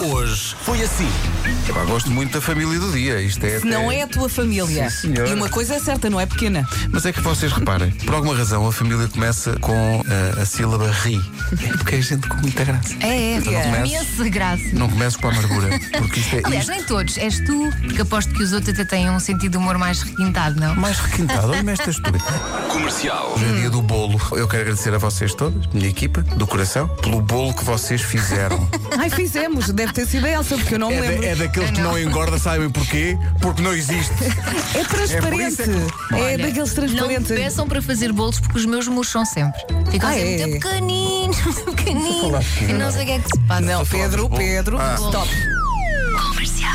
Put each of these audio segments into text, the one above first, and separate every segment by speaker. Speaker 1: hoje foi assim.
Speaker 2: Epá, gosto muito da família do dia. Isto é.
Speaker 3: Se não é a tua família.
Speaker 2: Sim, senhora.
Speaker 3: e uma coisa é certa, não é pequena.
Speaker 2: Mas é que vocês reparem, por alguma razão a família começa com ah, a sílaba ri. É porque é gente com muita graça.
Speaker 4: É, é,
Speaker 2: não comeces-
Speaker 4: imensa graça.
Speaker 2: Não começo com a amargura, porque isto é
Speaker 4: Aliás,
Speaker 2: isto
Speaker 4: nem todos. És tu, que aposto que os outros até têm um sentido de humor mais requintado, não?
Speaker 2: mais requintado. Olha-me esta estúpida.
Speaker 1: Comercial.
Speaker 2: Hoje é dia do bolo. Eu quero agradecer a vocês todas, minha equipa, do coração, pelo bolo que vocês fizeram.
Speaker 3: Ai, fizemos. Deve ter sido a Elsa, porque eu não me
Speaker 5: É, da-
Speaker 3: lembro.
Speaker 5: é daqueles que não engorda, sabem porquê? Porque não existe.
Speaker 3: É transparente. É,
Speaker 4: Olha,
Speaker 3: daqueles transparentes.
Speaker 4: Não me peçam para fazer bolos porque os meus murcham sempre. Ficam
Speaker 3: Ah,
Speaker 4: sempre
Speaker 3: é?
Speaker 4: muito pequeninos, muito pequeninos. E não sei o que é que se passa.
Speaker 3: Não, Pedro, Pedro, stop.
Speaker 4: Comercial.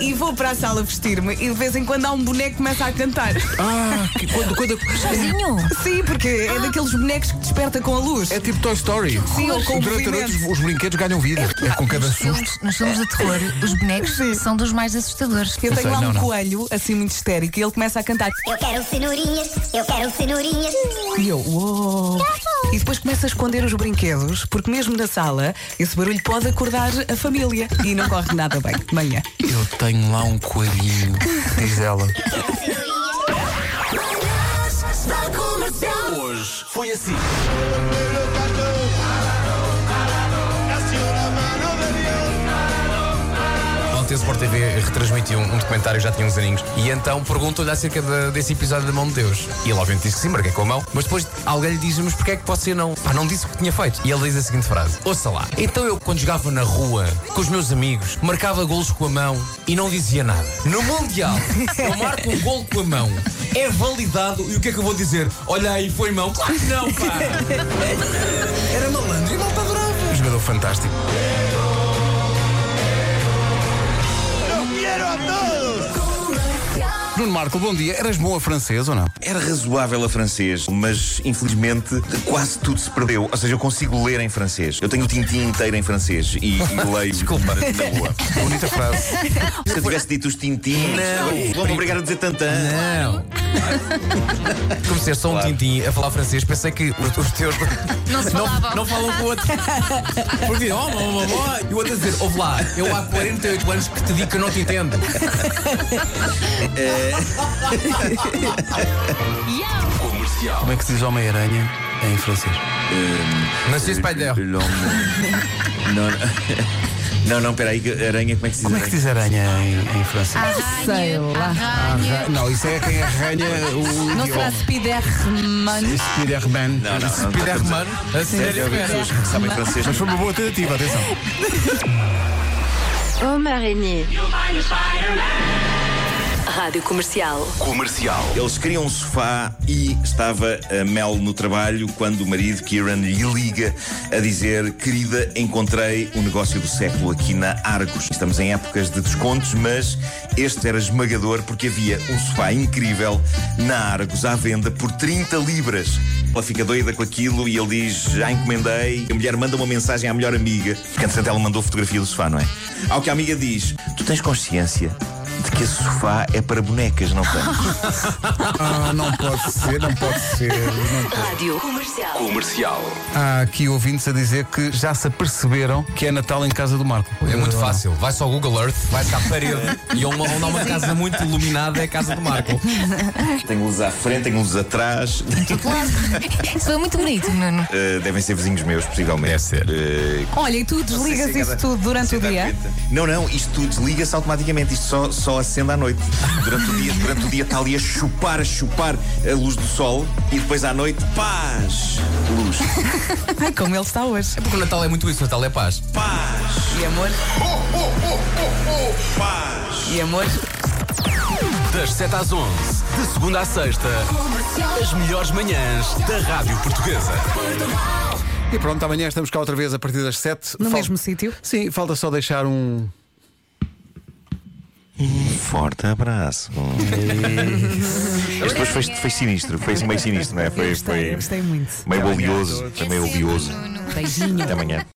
Speaker 3: E vou para a sala vestir-me e de vez em quando há um boneco que começa a cantar.
Speaker 2: ah, que quando, quando. É
Speaker 4: Sozinho.
Speaker 3: Sim, porque é daqueles bonecos que desperta com a luz.
Speaker 2: É tipo Toy Story.
Speaker 3: Sim, ou com o
Speaker 2: Durante a noite os,
Speaker 3: movimento.
Speaker 2: os brinquedos ganham vida. É com cada
Speaker 4: Nos
Speaker 2: susto.
Speaker 4: filmes, nos filmes de terror, os bonecos
Speaker 3: Sim.
Speaker 4: são dos mais assustadores.
Speaker 3: Eu tenho
Speaker 2: sei,
Speaker 3: lá
Speaker 2: não,
Speaker 3: um
Speaker 2: não.
Speaker 3: coelho, assim muito histérico, e ele começa a cantar.
Speaker 6: Eu quero cenourinhas, eu quero cenourinhas.
Speaker 3: E eu, uou. E depois começa a esconder os brinquedos, porque mesmo na sala, esse barulho pode acordar a família. E não corre nada bem, de manhã.
Speaker 2: Eu tenho lá um coelhinho, diz ela.
Speaker 1: Hoje foi assim.
Speaker 7: Ontem a Sport TV retransmitiu um, um documentário, já tinha uns aninhos, e então perguntou-lhe acerca da- desse episódio da mão de Deus. E ele obviamente disse que sim, marquei com a mão, mas depois alguém lhe diz, mas porquê é que você não? Pá, não disse o que tinha feito. E ele diz a seguinte frase, ouça lá, então eu quando jogava na rua, com os meus amigos, marcava golos com a mão e não dizia nada. No Mundial, eu marco um golo com a mão, é validado, e o que é que eu vou dizer? Olha aí, foi mão? Claro que não, pá! Era malandro e malta adorava.
Speaker 2: Um jogador fantástico. Bruno Marco, bom dia. Eras bom a francês ou não?
Speaker 8: Era razoável a francês, mas infelizmente quase tudo se perdeu. Ou seja, eu consigo ler em francês. Eu tenho o tintim inteiro em francês e, e leio na boa.
Speaker 2: Bonita frase.
Speaker 8: Se eu tivesse dito os tintins, vou-me obrigar a dizer tantã.
Speaker 7: Não. Comecei só um
Speaker 8: Claro.
Speaker 7: tintim a falar francês, pensei que os, os teus
Speaker 4: Não se falavam.
Speaker 7: não falam com o outro. Porque oh, blá, blá, blá. e o outro a dizer, ouve lá, eu há 48 anos que te digo que eu não te entendo.
Speaker 1: É
Speaker 2: Como é que se diz Homem-Aranha em francês?
Speaker 7: Monsieur Spider.
Speaker 8: Não, não. Não, não, peraí, que aranha, como é que se diz
Speaker 2: Como é que se
Speaker 8: aranha?
Speaker 2: diz aranha em, em francês?
Speaker 3: Sei lá.
Speaker 4: arranha.
Speaker 2: Não, isso é quem arranha o.
Speaker 3: Não será Spiderman?
Speaker 2: Spider-Man.
Speaker 8: Não, não, não.
Speaker 7: Spider-Man. A sério,
Speaker 8: Deve haver
Speaker 7: cara.
Speaker 8: pessoas que sabem francês.
Speaker 2: Mas foi uma boa tentativa, atenção.
Speaker 9: Homme araignée. Rádio Comercial.
Speaker 1: Comercial.
Speaker 8: Eles queriam um sofá e estava a Mel no trabalho quando o marido Kieran lhe liga a dizer: Querida, encontrei o negócio do século aqui na Argos. Estamos em épocas de descontos, mas este era esmagador porque havia um sofá incrível na Argos à venda por 30 libras. Ela fica doida com aquilo e ele diz: Já encomendei. A mulher manda uma mensagem à melhor amiga, porque entretanto ela mandou fotografia do sofá, não é? Ao que a amiga diz: Tu tens consciência de que esse sofá é para bonecas, não tens?
Speaker 2: Ah, não pode ser, não pode ser.
Speaker 9: Rádio Comercial.
Speaker 1: Comercial.
Speaker 2: Há aqui ouvintes a dizer que já se aperceberam que é Natal em casa do Marco.
Speaker 7: É muito fácil. Vai só ao Google Earth, vai-se à parede e onde onde há uma casa muito iluminada é a casa do Marco.
Speaker 8: Tenho luz à frente, tenho luz atrás.
Speaker 4: Isso foi muito bonito, Nuno.
Speaker 8: Eh, devem ser vizinhos meus, possivelmente.
Speaker 7: Deve ser.
Speaker 8: Eh,
Speaker 3: Olha, e tu desligas isso
Speaker 8: sem é cada-
Speaker 3: tudo durante
Speaker 8: sem
Speaker 3: o
Speaker 8: dar
Speaker 3: dia?
Speaker 8: conta. Não, não, isto desliga-se automaticamente, isto só, só acende à noite. Durante o dia, durante o dia está ali a chupar, a chupar a luz do sol e depois à noite, paz! Luz,
Speaker 3: Ai, como ele está hoje.
Speaker 7: Porque o Natal é muito isso, o Natal é paz.
Speaker 8: paz,
Speaker 3: E amor,
Speaker 8: paz!
Speaker 3: e amor.
Speaker 1: Das 7 às 11, de segunda à sexta, as melhores manhãs da Rádio Portuguesa.
Speaker 2: E pronto, amanhã estamos cá outra vez a partir das 7.
Speaker 3: No mesmo sítio?
Speaker 2: Sim, falta só deixar um.
Speaker 8: Forte abraço. Este depois foi, foi sinistro, foi meio sinistro, não é? Foi,
Speaker 3: Gostei,
Speaker 8: foi
Speaker 3: gostei muito.
Speaker 8: meio oleoso, foi meio oleoso.
Speaker 4: Nuno.
Speaker 8: Até amanhã.